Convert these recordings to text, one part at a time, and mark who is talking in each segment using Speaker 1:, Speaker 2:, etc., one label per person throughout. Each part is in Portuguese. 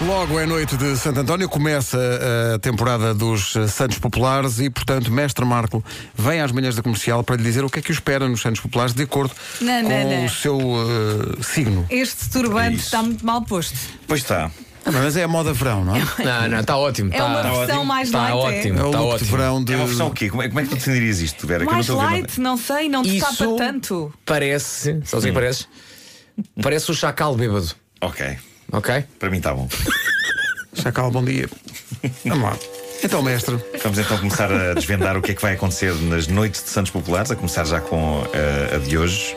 Speaker 1: Logo é noite de Santo António, começa eh, a temporada dos eh, Santos Populares e, portanto, Mestre Marco vem às manhãs da comercial para lhe dizer o que é que o espera nos Santos Populares de acordo
Speaker 2: Não,
Speaker 1: com
Speaker 2: não, não.
Speaker 1: o seu eh, signo.
Speaker 2: Este turbante
Speaker 3: É Isso. É
Speaker 2: está muito mal posto.
Speaker 3: Pois está.
Speaker 1: Mas é a moda verão, não é?
Speaker 4: Não, não, está ótimo.
Speaker 2: É
Speaker 4: tá-
Speaker 2: uma versão
Speaker 3: ótimo.
Speaker 2: mais
Speaker 4: Tá
Speaker 2: light.
Speaker 4: ótimo.
Speaker 1: É o
Speaker 4: Tá
Speaker 1: look de
Speaker 4: ótimo.
Speaker 1: verão de.
Speaker 3: É uma versão o quê? Como é, como é que tu definirias isto, Vera?
Speaker 2: É?
Speaker 3: Que eu não
Speaker 2: Mais
Speaker 3: estou a ver bem.
Speaker 2: light, não sei, não te
Speaker 4: Isso
Speaker 2: tapa tanto. Hum.
Speaker 4: parece, sabes o que é que parece? Parece o chacal bêbado,
Speaker 3: Ok.
Speaker 4: ok?
Speaker 3: Para mim está bom.
Speaker 1: Chacal, bom dia. Vamos lá. Então, mestre,
Speaker 3: Vamos então começar a desvendar o que é que vai acontecer nas noites de Santos Populares, a começar já com eh, a de hoje.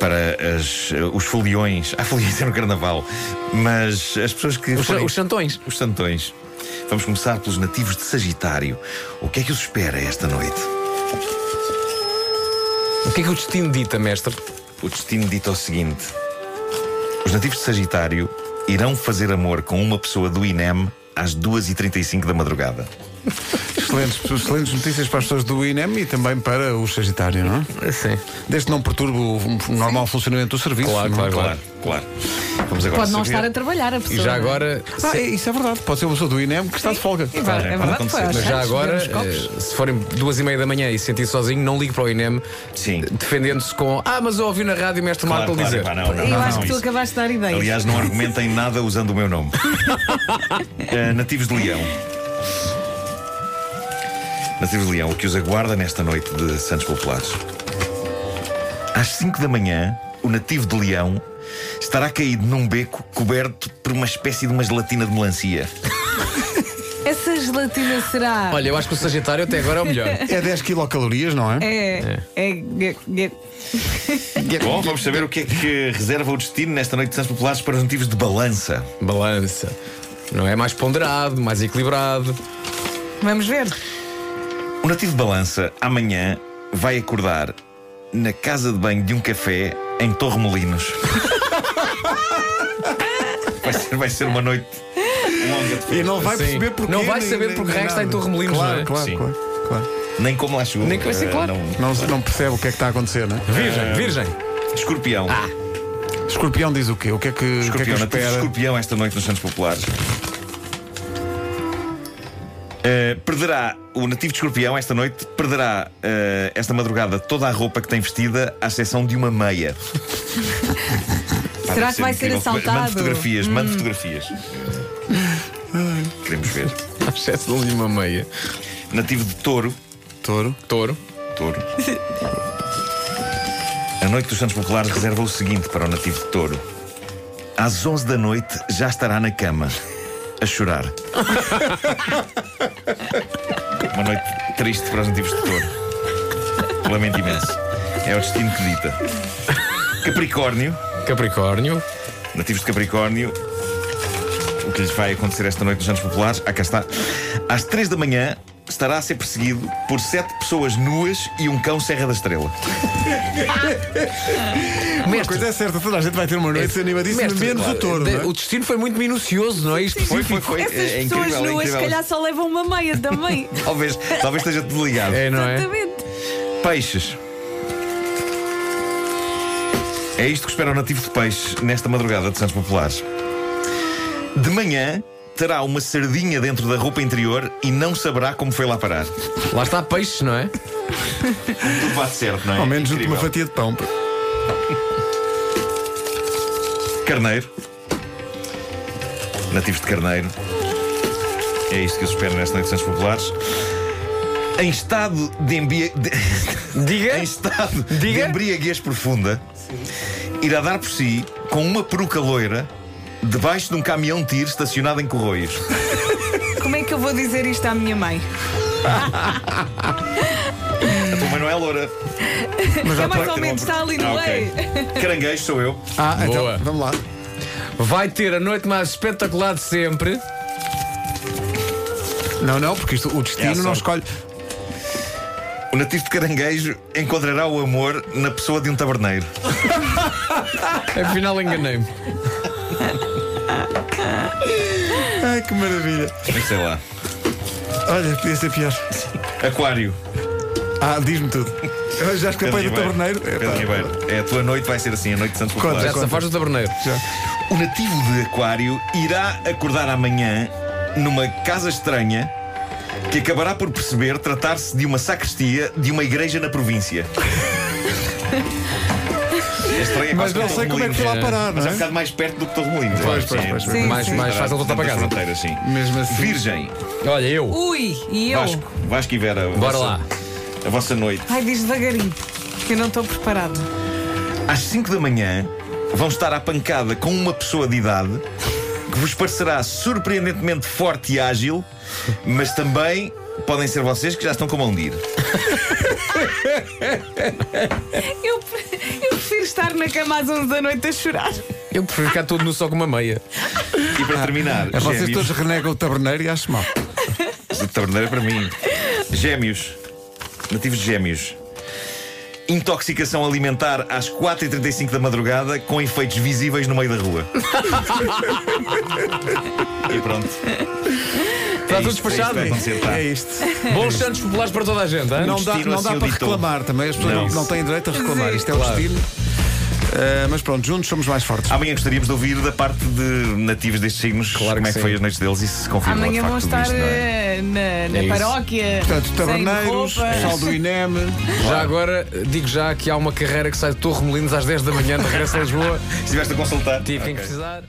Speaker 3: Para as, eh, os foliões. Há foliões é no carnaval. Mas as pessoas que.
Speaker 4: Os,
Speaker 3: forem-
Speaker 4: os santões.
Speaker 3: Os santões. Vamos começar pelos nativos de Sagitário. O que é que os espera esta noite?
Speaker 4: O que é que o destino dita, mestre?
Speaker 3: O destino dita o seguinte: os nativos de Sagitário irão fazer amor com uma pessoa do INEM às 2h35 da madrugada.
Speaker 1: excelentes, excelentes notícias para as pessoas do INEM e também para o Sagitário, não é?
Speaker 4: Sim.
Speaker 1: Desde que não perturbe o o normal funcionamento do serviço.
Speaker 4: Claro,
Speaker 1: não é?
Speaker 4: claro, claro.
Speaker 3: claro. Vamos agora
Speaker 2: Pode não
Speaker 3: saber-
Speaker 2: estar a trabalhar a pessoa.
Speaker 4: E já agora,
Speaker 1: Ah,
Speaker 4: se-
Speaker 1: é- isso é verdade. Pode ser uma pessoa do INEM que está de folga.
Speaker 2: É verdade,
Speaker 3: É,
Speaker 2: é
Speaker 3: pode
Speaker 2: verdade, foi às
Speaker 3: acontecer. Mas
Speaker 4: mas já
Speaker 2: seis,
Speaker 4: agora,
Speaker 2: beber uns copos.
Speaker 4: eh, se forem duas e meia da manhã e se sentir sozinho, não ligue para o INEM
Speaker 3: Sim.
Speaker 4: defendendo-se com Ah, mas eu ouvi na rádio o mestre
Speaker 3: Claro,
Speaker 4: Marco
Speaker 3: claro,
Speaker 4: dizer.
Speaker 3: epá, não, não,
Speaker 2: Eu
Speaker 3: não,
Speaker 2: acho
Speaker 3: eh, não,
Speaker 2: que tu
Speaker 3: isso-
Speaker 2: acabaste de dar ideias.
Speaker 3: Aliás, não argumentem nada usando o meu nome. Eh, nativos de Leão. Nativos de Leão, o que os aguarda nesta noite de Santos Populares? Às 5 da manhã, o nativo de Leão estará caído num beco coberto por uma espécie de uma gelatina de melancia.
Speaker 2: Essa gelatina será.
Speaker 4: Olha, eu acho que o Sagitário até agora é o melhor.
Speaker 1: É 10 quilocalorias, não é?
Speaker 2: É. É. é- é-
Speaker 3: Bom, vamos saber o que é que reserva o destino nesta noite de Santos Populares para os nativos de balança.
Speaker 4: Balança. Não é mais ponderado, mais equilibrado.
Speaker 2: Vamos ver.
Speaker 3: O nativo de balança amanhã vai acordar na casa de banho de um café em Torremolinos. vai, ser, vai ser uma noite longa de
Speaker 1: E
Speaker 3: festa.
Speaker 1: não vai
Speaker 4: Sim.
Speaker 1: perceber porquê.
Speaker 4: Não vai
Speaker 1: nem-
Speaker 4: saber
Speaker 1: nem-
Speaker 4: porque
Speaker 1: nem
Speaker 4: é que está em
Speaker 1: nada.
Speaker 4: Torremolinos,
Speaker 1: claro,
Speaker 4: não é?
Speaker 1: Claro,
Speaker 3: Sim.
Speaker 1: claro, claro.
Speaker 3: Nem como lá chegou.
Speaker 4: Nem que vai ser
Speaker 3: Eh,
Speaker 4: claro.
Speaker 3: não-
Speaker 1: Não, se- não percebe o que é que está a acontecer, não é?
Speaker 4: Virgem, virgem.
Speaker 3: Escorpião.
Speaker 1: Escorpião diz o quê? O que é que, o que, é que
Speaker 3: Escorpião,
Speaker 4: então,
Speaker 3: nativo de
Speaker 1: espera?
Speaker 3: escorpião esta noite nos Santos Populares. Eh, perderá, o nativo de escorpião esta noite perderá eh, esta madrugada toda a roupa que tem vestida, à exceção de uma meia. Pá,
Speaker 2: Será
Speaker 3: deve
Speaker 2: que vai ser
Speaker 3: incrível.
Speaker 2: assaltado? Hum.
Speaker 3: Mande fotografias, mande fotografias. Queremos ver.
Speaker 4: Excesso de uma meia.
Speaker 3: Nativo de touro.
Speaker 1: Touro.
Speaker 4: Touro.
Speaker 3: Touro. A noite dos Santos Populares reserva o seguinte para o nativo de touro: às 11 da noite já estará na cama, a chorar. Uma noite triste para os nativos de touro. Lamento imenso. É o destino que dita. Capricórnio,
Speaker 4: Capricórnio.
Speaker 3: nativos de Capricórnio. O que lhes vai acontecer esta noite nos Santos Populares? Ah, cá está. Às 3 da manhã estará a ser perseguido por sete pessoas nuas e um cão Serra da Estrela.
Speaker 1: Uma coisa é certa, toda a gente vai ter uma noite animadíssima,
Speaker 4: Mestre,
Speaker 1: menos o
Speaker 4: claro,
Speaker 1: touro,
Speaker 4: de-
Speaker 1: não é?
Speaker 4: O destino foi muito minucioso, não é? Isto
Speaker 3: Foi, foi, foi.
Speaker 2: Essas
Speaker 3: é, é
Speaker 2: pessoas
Speaker 3: incrível, é
Speaker 2: nuas, se
Speaker 3: incrível.
Speaker 2: calhar, só levam uma meia também.
Speaker 3: Talvez, talvez esteja tudo ligado.
Speaker 4: É, não é?
Speaker 2: Exatamente.
Speaker 3: Peixes. É isto que espera o nativo de peixe nesta madrugada de Santos Populares. De manhã terá uma sardinha dentro da roupa interior e não saberá como foi lá parar.
Speaker 4: Lá está peixes, não é?
Speaker 3: Tudo bate certo, não é?
Speaker 1: Ao menos junto
Speaker 3: Incrível.
Speaker 1: uma fatia de pão.
Speaker 3: Carneiro. Nativos de carneiro. É isto que eu espero nesta noite de Santos Populares. Em estado de, embia... de...
Speaker 4: Diga.
Speaker 3: em estado
Speaker 4: Diga.
Speaker 3: de embriaguez profunda, irá dar por si com uma peruca loira debaixo de um caminhão de tiro estacionado em Corroios.
Speaker 2: Como é que eu vou dizer isto à minha mãe?
Speaker 3: A tua mãe não é loura.
Speaker 2: É mais
Speaker 3: Claro
Speaker 2: ou menos,
Speaker 3: que tem uma
Speaker 2: está ali
Speaker 3: peruca.
Speaker 2: no
Speaker 3: Ah, ok.
Speaker 2: meio.
Speaker 3: Caranguejo sou eu.
Speaker 1: Ah,
Speaker 4: Boa.
Speaker 1: então, vamos lá.
Speaker 4: Vai ter a noite mais espetacular de sempre.
Speaker 1: Não, não, porque isto, o destino
Speaker 3: É a
Speaker 1: não
Speaker 3: sorte.
Speaker 1: escolhe.
Speaker 3: O nativo de caranguejo encontrará o amor na pessoa de um taberneiro.
Speaker 4: Afinal, enganei-me.
Speaker 1: Ai, que maravilha.
Speaker 3: Mas sei lá.
Speaker 1: Olha, podia ser pior.
Speaker 3: Aquário.
Speaker 1: Ah, diz-me tudo. Eu já escapei do
Speaker 3: Pedro
Speaker 1: taberneiro.
Speaker 3: Ribeiro.
Speaker 1: Epá,
Speaker 3: É, Pedro Ribeiro. É, a tua noite vai ser assim, a noite de Santos
Speaker 1: Conta,
Speaker 3: Populares.
Speaker 4: Já te safaste do taberneiro.
Speaker 1: já.
Speaker 3: O nativo de Aquário irá acordar amanhã numa casa estranha que acabará por perceber tratar-se de uma sacristia de uma igreja na província. É estranho,
Speaker 1: Mas
Speaker 3: quase
Speaker 1: não
Speaker 3: Torre
Speaker 1: sei como é que foi lá
Speaker 4: Torremolinos,
Speaker 1: parar,
Speaker 3: Mas
Speaker 1: não
Speaker 3: é um
Speaker 1: é?
Speaker 3: bocado mais perto do que Torremolinos.
Speaker 4: Pois,
Speaker 3: Sim.
Speaker 4: pois, pois.
Speaker 2: Sim,
Speaker 4: mais,
Speaker 2: sim.
Speaker 4: mais fácil voltar para
Speaker 3: Dentro
Speaker 4: casa.
Speaker 3: das fronteiras, sim.
Speaker 1: Mesmo assim.
Speaker 3: Virgem,
Speaker 4: Olha, eu.
Speaker 2: Ui, e eu?
Speaker 3: Vasco, Vasco e Vera. a
Speaker 4: Bora
Speaker 3: vossa-
Speaker 4: lá.
Speaker 3: A vossa noite.
Speaker 2: Ai, diz devagarinho, que eu não estou preparado.
Speaker 3: Às 5 da manhã vão estar à pancada com uma pessoa de idade que vos parecerá surpreendentemente forte e ágil, mas também podem ser vocês que já estão com a hundir.
Speaker 2: Eu, pre- eu prefiro estar na cama às 11 da noite a chorar.
Speaker 4: Eu prefiro ficar todo nu só com uma meia.
Speaker 3: E para terminar,
Speaker 1: É vocês
Speaker 3: gêmeos.
Speaker 1: todos renegam o taberneiro e acho mal.
Speaker 3: De taberneira para mim. Gêmeos. Nativos de gêmeos. Intoxicação alimentar às 4h35 da madrugada com efeitos visíveis no meio da rua. e pronto.
Speaker 4: Está
Speaker 3: isto, é isto
Speaker 4: tudo
Speaker 3: que
Speaker 4: despachado.
Speaker 3: vai acontecer, tá?
Speaker 1: É isto.
Speaker 4: Bons santos populares para toda a gente, hein?
Speaker 1: Não dá,
Speaker 3: destino
Speaker 1: não
Speaker 3: assim
Speaker 1: dá
Speaker 3: o
Speaker 1: para
Speaker 3: ditou.
Speaker 1: reclamar também, as pessoas não,
Speaker 3: Não.
Speaker 1: não têm direito a reclamar.
Speaker 2: Sim,
Speaker 1: Isto é o
Speaker 4: claro.
Speaker 1: destino. Eh, mas pronto, juntos somos mais fortes.
Speaker 3: Amanhã gostaríamos de ouvir da parte de nativos destes signos
Speaker 4: Claro
Speaker 3: como
Speaker 4: que
Speaker 3: é que
Speaker 4: sim.
Speaker 3: foi as noites deles e se se confirmou
Speaker 2: Amanhã
Speaker 3: de
Speaker 2: vão
Speaker 3: facto tudo
Speaker 2: estar
Speaker 3: isto, não é?
Speaker 2: eh, na, na
Speaker 4: É isso.
Speaker 2: paróquia.
Speaker 1: Portanto,
Speaker 2: sem
Speaker 1: taberneiros,
Speaker 2: roupa.
Speaker 1: pessoal do INEM.
Speaker 4: Já agora, digo já que há uma carreira que sai de Torremolinos às 10 da manhã de regresso a Lisboa.
Speaker 3: Estiveste a consultar?
Speaker 4: Tive quem
Speaker 3: Ok.
Speaker 4: precisar.